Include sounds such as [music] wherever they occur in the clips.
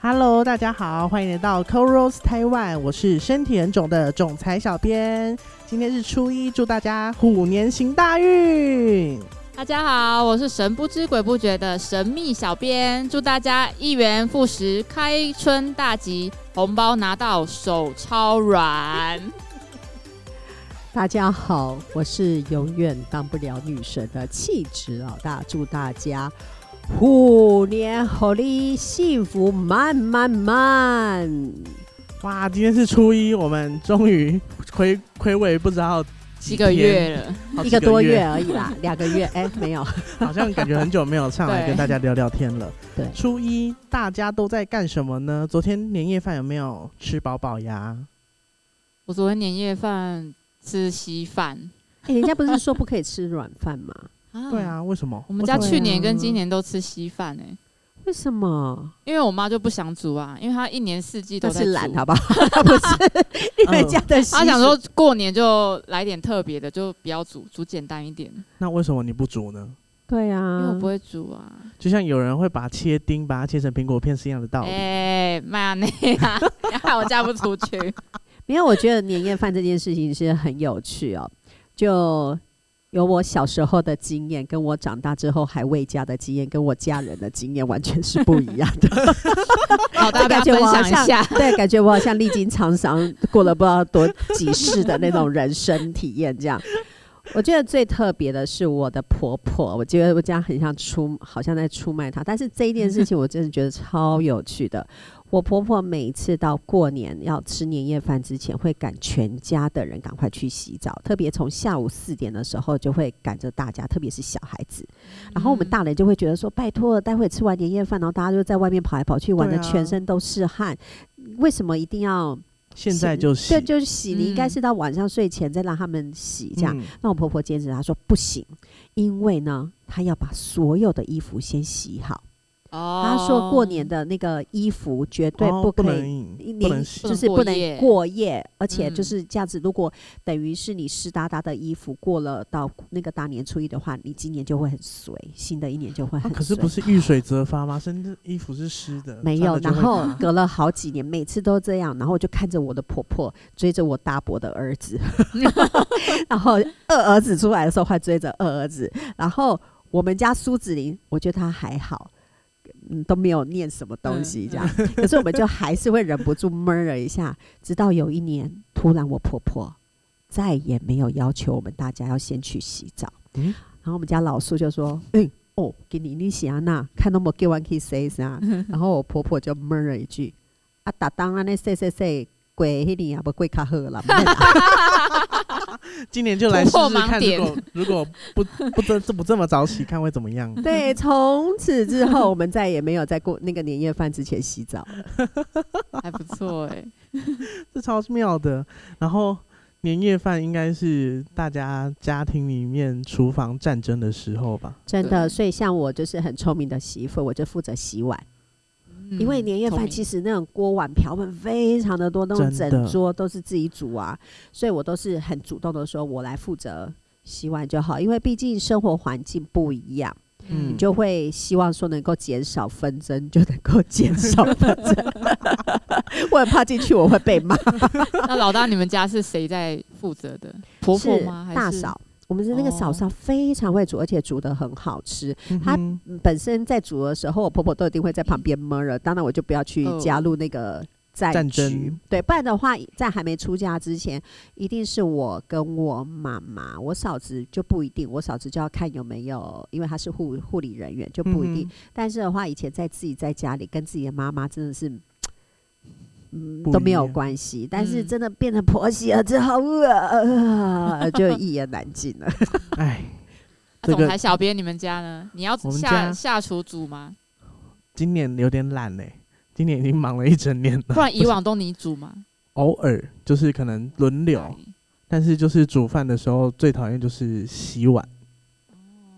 Hello，大家好，欢迎来到 c o r o s Taiwan，我是身体很肿的总裁小编。今天是初一，祝大家虎年行大运。大家好，我是神不知鬼不觉的神秘小编，祝大家一元复始，开春大吉，红包拿到手超软。大家好，我是永远当不了女神的气质老大，祝大家虎年猴利，幸福满满满！哇，今天是初一，我们终于 [laughs] 回回味不知道几个月了，好一几个多月 [laughs] 月，而已 [laughs] 啦，两个月，哎、没有，好像感觉很久没有上来 [laughs] 对跟大家聊聊天了。对初一大家都在干什么呢？昨天年夜饭有没有吃饱饱呀？我昨天年夜饭吃稀饭哎、人家不是说不可以吃软饭吗？啊对，啊，为什么？我们家为什对么去年啊跟今年都吃稀饭哎、为什么？因为我妈就不想煮啊，因为她一年四季都都在是懒，煮。好不好？他 [laughs] 嗯不是你们家的习俗，她想说过年就来点特别的，就不要煮，煮简单一嗯点，那为什么你不煮呢？因对为我啊不，会煮啊。就像有人会把切丁把它切成苹果片是一样的道理。哎，妈你啊， [laughs] 你害我嫁不出去。没有，我觉得年夜饭这件事情是很有趣哦，就有我小时候的经验，跟我长大之后还未嫁的经验，跟我家人的经验完全是不一样的。 [laughs] 好， [laughs] 大家就感分觉我好享一像下。 [laughs] 对，感觉我好像历经沧桑，过了不知道多几世的那种人生体验这样。我觉得最特别的是我的婆婆，我觉得我家很像出，好像在出卖她。但是这一件事情，我真的觉得超有趣的。我婆婆每一次到过年要吃年夜饭之前，会赶全家的人赶快去洗澡，特别从下午四点的时候就会赶着大家，特别是小孩子。嗯然后我们大人就会觉得说，拜托，待会吃完年夜饭，然后大家就在外面跑来跑去，玩的对啊全身都是汗，为什么一定要？现在就洗，对，就是洗，你应该嗯是到晚上睡前再让他们洗这样。嗯那我婆婆坚持，她说不行，因为呢，她要把所有的衣服先洗好。哦她说过年的那个衣服绝对哦不可以能一嗯不年能洗不就能是过不能夜过夜，而且嗯就是这样子。如果等于是你湿哒哒的衣服过了到那个大年初一的话，你今年就会很随，新的一年就会啊很随。可是不是遇水则发吗？甚至衣服是湿的，没穿有，了就然会后 [laughs] 发隔了好几年，每次都这样，然后我就看着我的婆婆追着我大伯的儿子， [laughs] 然后二儿子出来的时候还追着二儿子，然后我们家苏子林，我觉得他还好。嗯，都没有念什么东西这样，可是我们就还是会忍不住闷了一下。直到有一年，突然我婆婆再也没有要求我们大家要先去洗澡，嗯然后我们家老苏就说：“嗯，哦，给你你洗安娜，看到没给完去洗啥？”然后我婆婆就闷了一句：“啊，打当安那洗洗洗，鬼迄年也不鬼卡好啦。不要啦” [laughs] 今年就来试突破试盲看，点如果如果不不这这不这么早起，看会怎么样？对，从此之后，我们再也没有在过那个年夜饭之前洗澡了。还不错哎、这超妙的。然后年夜饭应该是大家家庭里面厨房战争的时候吧？真对的，所以像我就是很聪明的媳妇，我就负责洗碗，嗯因为年夜饭其实实那种锅碗瓢盆非常的多，那种真整的桌都是自己煮啊，所以我都是很主动的说，我来负责洗碗就好，因为毕竟生活环境不一样。嗯你就会希望说能够减少纷争，就能够减少纷 [laughs] 争。我很怕进去我会被骂。那老大，你们家是谁在负责的？ [laughs] 婆婆是吗？还大是？嫂，我们的那个嫂哦嫂非常会煮，而且煮的很好吃。嗯他哼嗯本身在煮的时候，我婆婆都一定会在旁边闷了，当然我就不要去哦加入那个。战战局争嗯对，不然的话，在还没出嫁之前，一定是我跟我妈妈，我嫂子就不一定，我嫂子就要看有没有，因为她是护护理人员，就不一定。嗯但是的话，以前在自己在家里跟自己的妈妈真的是，嗯，不都没一有样关系。但是嗯真的变成婆媳了之后，呃， [laughs] 就一言难尽了。哎，啊这个总裁小编，你们家呢？你要我们下家下厨煮吗？今年有点懒嘞、今年已经忙了一整年不了，然以往都你煮吗？偶尔就是可能轮流，但是就是煮饭的时候最讨厌就是洗碗，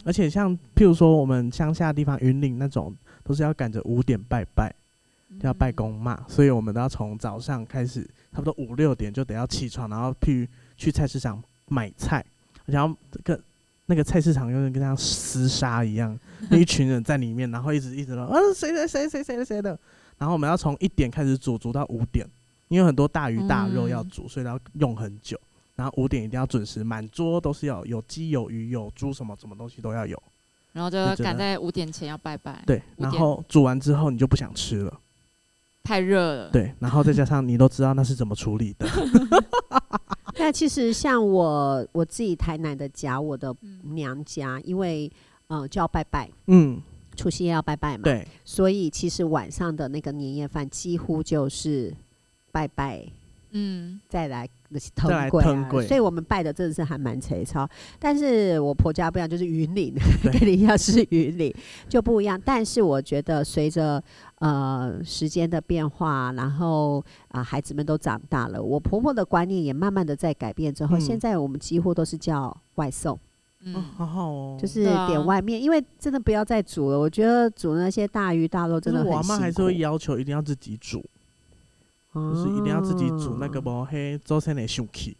而且像譬如说我们乡下地方云岭那种，都是要赶着五点拜拜，嗯就要拜公妈，所以我们都要从早上开始，差不多五六点就得要起床，然后去去菜市场买菜，然后这个那个菜市场有点跟像 [laughs] 厮杀一样，那一群人在里面，然后一直一直说啊谁谁谁谁谁谁的，然后我们要从一点开始煮，煮到五点，因为很多大鱼大肉要嗯煮，所以要用很久。然后五点一定要准时，满桌都是要有鸡、有鱼、有猪，什么什么东西都要有。然后就就觉赶得在五点前要拜拜，对，五然点后煮完之后你就不想吃了。太热了，，对，然后再加上你都知道那是怎么处理的，那其实像我我自己台南的家，我的嗯，娘家，因为呃就要拜拜，嗯，除夕夜要拜拜 [laughs] 嘛，对，所以其实晚上的那个年夜饭几乎就是拜拜，嗯再来再来腾贵腾啊，贵所以我们拜的真的是还蛮贼超。但是我婆家不一样，就是云岭对跟你一样是云岭就不一样。但是我觉得随着呃时间的变化，然后啊、孩子们都长大了，我婆婆的观念也慢慢的在改变之后，嗯现在我们几乎都是叫外送。哦嗯，好好哦。就是对啊点外面，因为真的不要再煮了。我觉得煮那些大鱼大肉就真是的很我阿辛妈苦，还是会要求一定要自己煮，就是一定要自己煮那个 [laughs] 嗯毛黑周三的熊气。哦。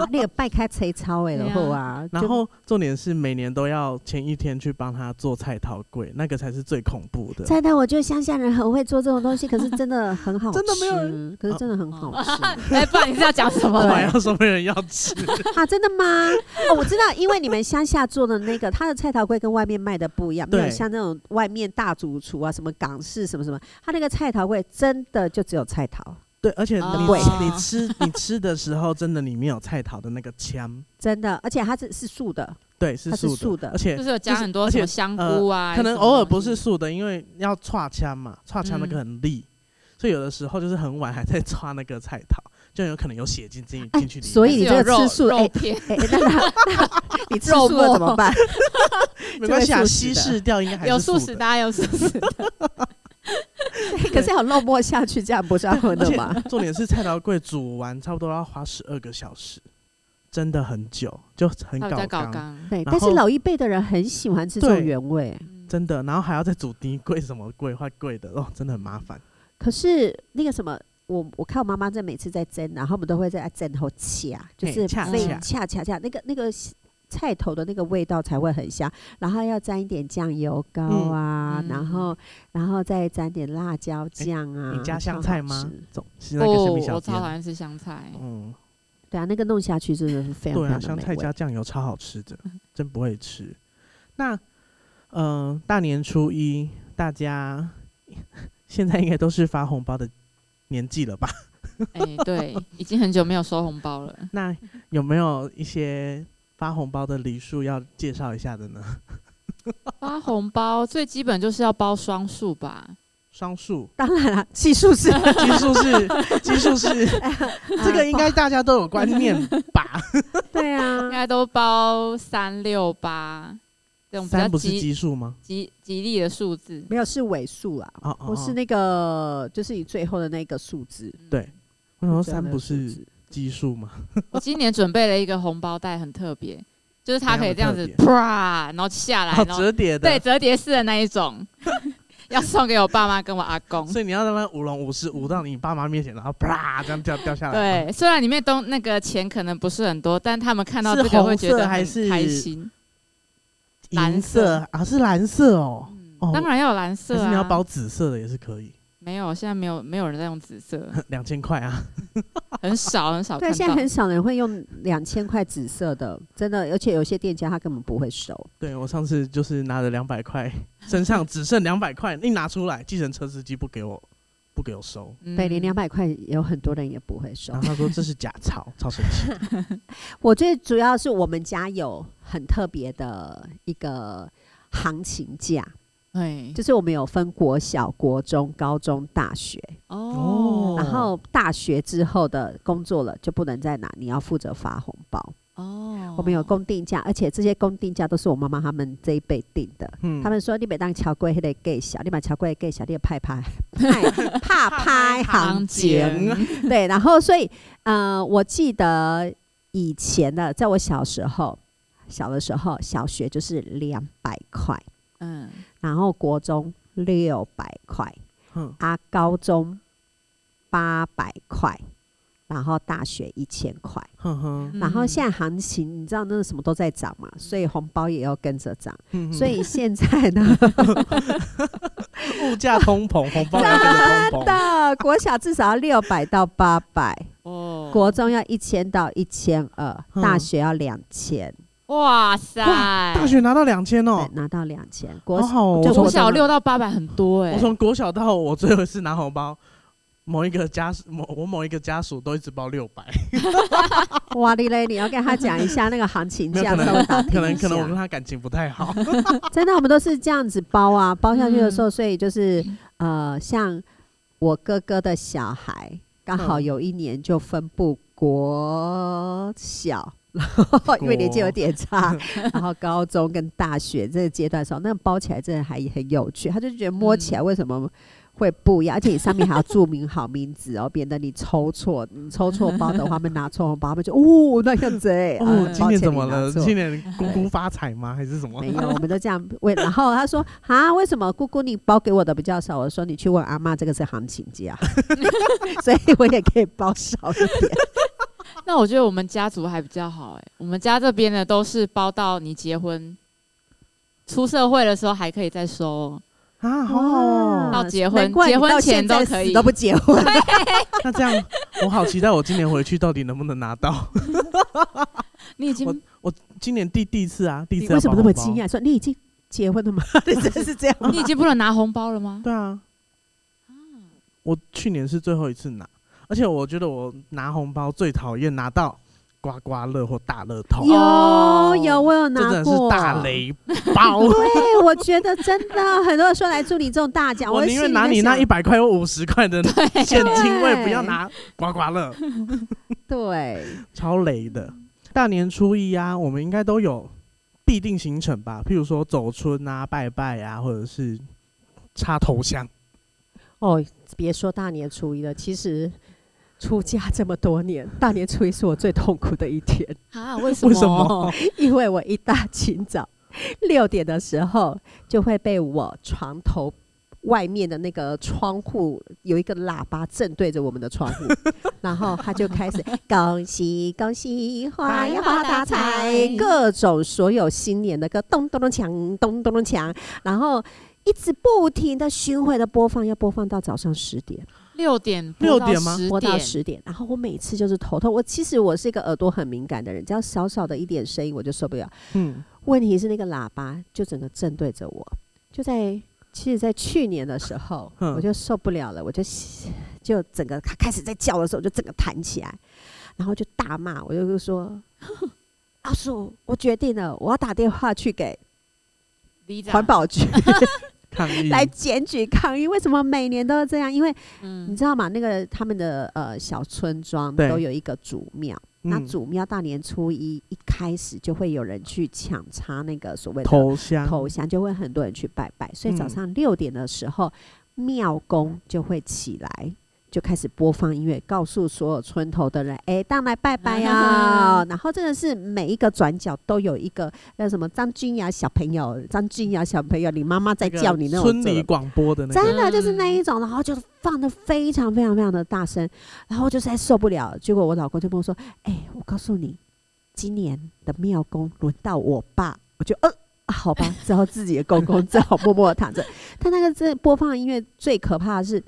啊，那个拜开催操哎，对然啊后啊，然就后重点是每年都要前一天去帮他做菜桃柜，那个才是最恐怖的。真的，我觉得乡下人很会做这种东西，可是真的很好吃，真的没有人啊可是真的很好吃哎，不然你是要讲什么我对还要说没人要吃，啊！真的吗？哦，我知道，因为你们乡下做的那个，它的菜头粿跟外面卖的不一样，没有对像那种外面大主厨啊，什么港式什么什么，它那个菜头粿真的就只有菜头， [laughs] 对，而且哦你贵你吃你吃的时候，真的里面有菜桃的那个腔，真的，而且它是是素的，对，是它是素素的，的而且就是有加就是很多而什且呃么香菇啊，可能还什么偶尔不东西是素的，因为要串枪嘛，串枪那个嗯很利，所以有的时候就是很晚还在串那个菜桃，就有可能有血进进进去里面。所以你啊还是这有个吃肉素哎肉片，哎、 [laughs] 那那你吃肉素了末怎么办？没关系啊，这位素食稀的释掉应该还是有素的食的啊，有素食的，可是有肉末下去，这样不是要喝的吗 [laughs] 而？且重点是菜刀柜煮完差不多要花十二个小时，真的很久，就很他搞们在哦搞纲缸，对，然但是后老一辈的人很喜欢吃这种对原味。嗯真的，然后还要再煮低柜什么柜坏柜的哦，真的很麻烦。可是那个什么，我我看我妈妈在每次在蒸，然后我们都会在蒸后掐，就是嘿恰被恰恰恰恰那个那个菜头的那个味道才会很香，然后要沾一点酱油膏嗯啊，嗯然后然后再沾点辣椒酱啊。哎你加香超菜好吗吃？总是那个不，生米小哦我超讨煎，厌吃香菜，嗯，对啊，那个弄下去真的是非常对非啊，常香的菜美加味。酱油超好吃的，真不会吃。那呃，大年初一大家 [laughs] 现在应该都是发红包的年纪了吧？ [laughs] [laughs] 哎，对，已经很久没有收红包了。那有没有一些发红包的礼数要介绍一下的呢？ [laughs] 发红包最基本就是要包双数吧，双数当然啦，系 [laughs] 数是 [laughs] 奇数是奇数是，这个 [laughs] 应该大家都有观念吧？对啊应，该都包三六八这种比较三不是吉奇数吗？吉吉利的数字。没有是尾数啦，哦哦，不是哦那个，就是你最后的那个数字。对，我想说最后三那个不数是字奇数吗？我今年准备了一个红包袋，很特别，就是它可以这样子怎样的啪，然后下来，哦，然后折叠对的，折叠式的那一种， [laughs] 要送给我爸妈跟我阿公。所以你要让它舞龙舞狮舞到你爸妈面前，然后啪这样掉掉下来吗。对，虽然里面都那个钱可能不是很多，但他们看到是这个会红觉色得还很是哦开心。蓝银色色啊，是蓝色哦，嗯哦当然要有蓝色可是啊！你要包紫色的也是可以，没有，现在没有没有人在用紫色，两千块啊，很少很哦少看对，到。现在很少人会用两千块紫色的，真的，而且有些店家他根本不会收。对我上次就是拿着两百块，身上只剩两百块，一拿出来，计程车司机不给我，不给我收，嗯啊对，连两百块有很多人也不会收然。后他说这是假钞，超神 [laughs] 奇。我最主要是我们家有很特别的一个行情价，哎就是我们有分国小、国中、高中、大学，哦哦然后大学之后的工作了就不能再拿，你要负责发红包。哦我们有公定价，而且这些公定价都是我妈妈他们这一辈定的。嗯他们说你别当桥贵，迄个给小，你把桥贵给小，你也拍 [laughs] 拍拍怕拍行情。 [laughs] 对，然后所以呃，我记得以前的，在我小时候，小的时候，小学就是两百块，嗯，然后国中六百块，嗯啊，高中八百块，然后大学一千块，哼哼，然后嗯现在行情你知道那个什么都在涨嘛，所以红包也要跟着涨，哼哼所以现在呢，物价通膨，红包也跟着通膨，的国小至少要六百到八百，哦，国中要一千到一千二，大嗯学要两千，哇塞，哇大学拿到两千对哦，，拿到两千，国好好哦，就我从国从中小啊六到八百很多哎、我从国小到我最后一次拿红包，某一个家属某我某一个家属都一直包六百，哇哩嘞，你要跟他讲一下那个行情没有价，可能稍微打听可能一可能我下跟他感情不太好，真的，我们都是这样子包啊，包下去的嗯时候，所以就是呃，像我哥哥的小孩，刚好嗯有一年就分布国小。然后因为年纪有点差， [laughs] 然后高中跟大学这个阶段的时候，那个包起来真的还很有趣。他就觉得摸嗯起来为什么会不一样，而且你上面还要注明好名字哦，免得你抽错。你抽错包的话，他们拿错红包，他们就哦那样子哎、啊哦，今抱年歉怎你么拿了？错今年姑姑发财吗？还是什么？ [laughs] 没有，我们都这样问。然后他说：“啊，为什么姑姑你包给我的比较少？”我说：“你去问阿妈，这个是行情价， [laughs] 所以我也可以包少一点。那我觉得我们家族还比较好哎、我们家这边的都是包到你结婚、出社会的时候还可以再收哦，啊，好好哦。到结婚难怪你结婚到前现在都可以死都不结婚。 [laughs] 那这样，我好期待我今年回去到底能不能拿到。 [laughs] 你已经今年第第一次啊，第一次为什么那要包么红包惊？讶？说你已经结婚了吗？你真的是这样吗？你已经不能拿红包了吗？对啊，我去年是最后一次拿，而且我觉得我拿红包最讨厌拿到刮刮乐或大乐透，有有，我有这真拿的是过。大雷包。对， [laughs] 我觉得真的很多人说来祝你这种大奖，我就宁心愿里拿在你那想一百块或五十块的现金，对我也不要拿刮刮乐，对，超雷的。大年初一啊，我们应该都有必定行程吧，譬如说走村啊、拜拜啊，或者是插头香。哦，别说大年初一了，其实出家这么多年，大年初一是我最痛苦的一天，啊，为什为什么？ [laughs] 因为我一大清早六点的时候就会被我床头。外面的那个窗户有一个喇叭正对着我们的窗户，然后他就开始恭喜恭喜发呀发大财，各种所有新年的歌咚咚咚锵，咚咚咚锵，然后一直不停的巡回的播放，要播放到早上十点。六点播六到点吗十播到点十点，然后我每次就是头痛。我其实我是一个耳朵很敏感的人，只要小小的一点声音我就受不了。嗯，问题是那个喇叭就整个正对着我，就在其实，在去年的时候嗯我就受不了了，我就就整个开始在叫的时候就整个弹起来，然后就大骂，我就说。 [laughs] 阿叔，我决定了，我要打电话去给里长环保 [laughs] 局嗯抗议。来检举抗议。为什么每年都是这样？因为你嗯知道吗？那个他们的呃小村庄对都有一个祖庙，那嗯祖庙大年初一一开始就会有人去抢插那个所谓的头香，头香，就会很多人去拜拜，所以早嗯上六点的时候，庙公就会起来。就开始播放音乐，告诉所有村头的人：“哎、当来拜拜呀、然后真的是每一个转角都有一个那什么张君雅小朋友，张君雅小朋友，你妈妈在那个叫你那种村怎里么广播的那个，嗯真的就是那一种，然后就放的非常非常非常的大声，然后我就实在受不了。结果我老公就跟我说：“哎、我告诉你，今年的庙公轮到我爸。”我就呃。好吧，只好自己的公 [laughs] 公只好默默的躺着。但那个这播放的音乐最可怕的是，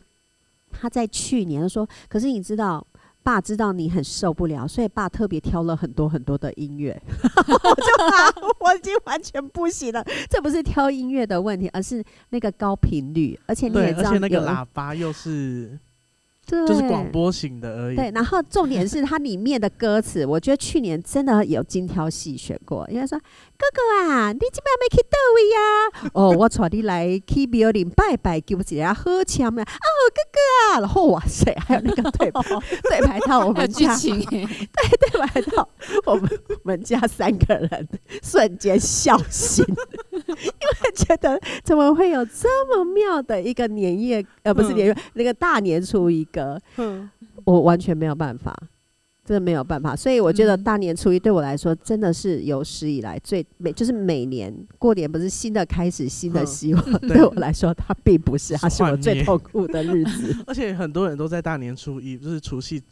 他在去年就说，可是你知道，爸知道你很受不了，所以爸特别挑了很多很多的音乐。 [laughs] 我就啊，我已经完全不行了。这不是挑音乐的问题，而是那个高频率，而且你对，也知而道且那有个喇叭又是对就是广播型的而已。对，然后重点是它里面的歌词，我觉得去年真的有精挑细选过。因为说哥哥啊，你今摆要去倒位呀？哦，我带你来去庙里拜拜，给我一下好签的。哦，哥哥啊，然后哇塞，还有那个对白对白到我还有们剧家，情哎、对白到我们我们家三个人瞬间笑醒， [laughs] 因为觉得怎么会有这么妙的一个年夜，呃，不是嗯年夜，那个大年初一歌。嗯，我完全没有办法，真的没有办法。所以我觉得嗯大年初一对我来说真的是有史以来最每就是每年过年不是新的开始，新的嗯希望。 [laughs] 对对我来说，它并不是，它是我幻最灭痛苦的日子。而且很多人都在大年初一，就是除夕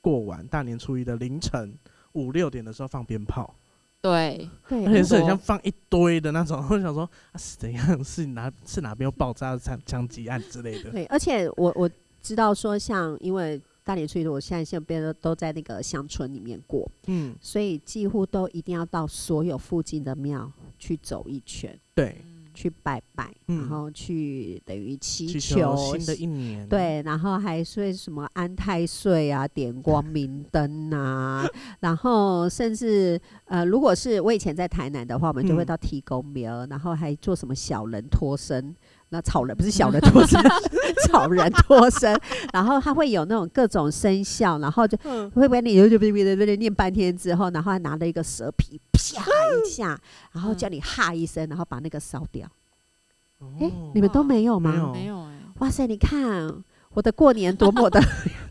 过完大年初一的凌晨五六点的时候放鞭炮，对， [laughs] 对而且是很像放一堆的那种。 [laughs] 我想说、啊、是怎样？ [laughs] 是哪是哪边有爆炸枪枪击案之类的？对，而且我我知道说，像因为大年初一，我现在现边都都在那个乡村里面过，嗯，所以几乎都一定要到所有附近的庙去走一圈，对，去拜拜，嗯然后去等于祈祈求求新的一年，，对，然后还是什么安太岁啊、点光明灯啊，然后甚至呃，如果是我以前在台南的话，我们就会嗯到提公庙，然后还做什么小人脱身，那草人不是 [laughs] 小人脱身，草人脱身，然后他会有那种各种生肖，然后就。嗯，会不会你就就别别别念半天之后，然后还拿了一个蛇皮啪嗯一下，然后叫你哈一声，然后把那个烧掉？哎、哦你们都没有吗？没有没有哎、哇塞，你看我的过年多么的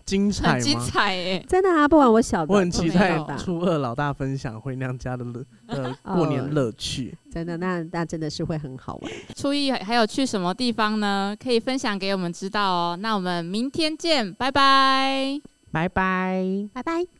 精很彩精吗？彩哎、真的啊！不管我小的，我很期待都没有初二老大分享回娘家的乐 [laughs] 呃过年乐趣。真的，那那真的是会很好玩。初一还有去什么地方呢？可以分享给我们知道哦。那我们明天见，拜拜。拜拜。拜拜。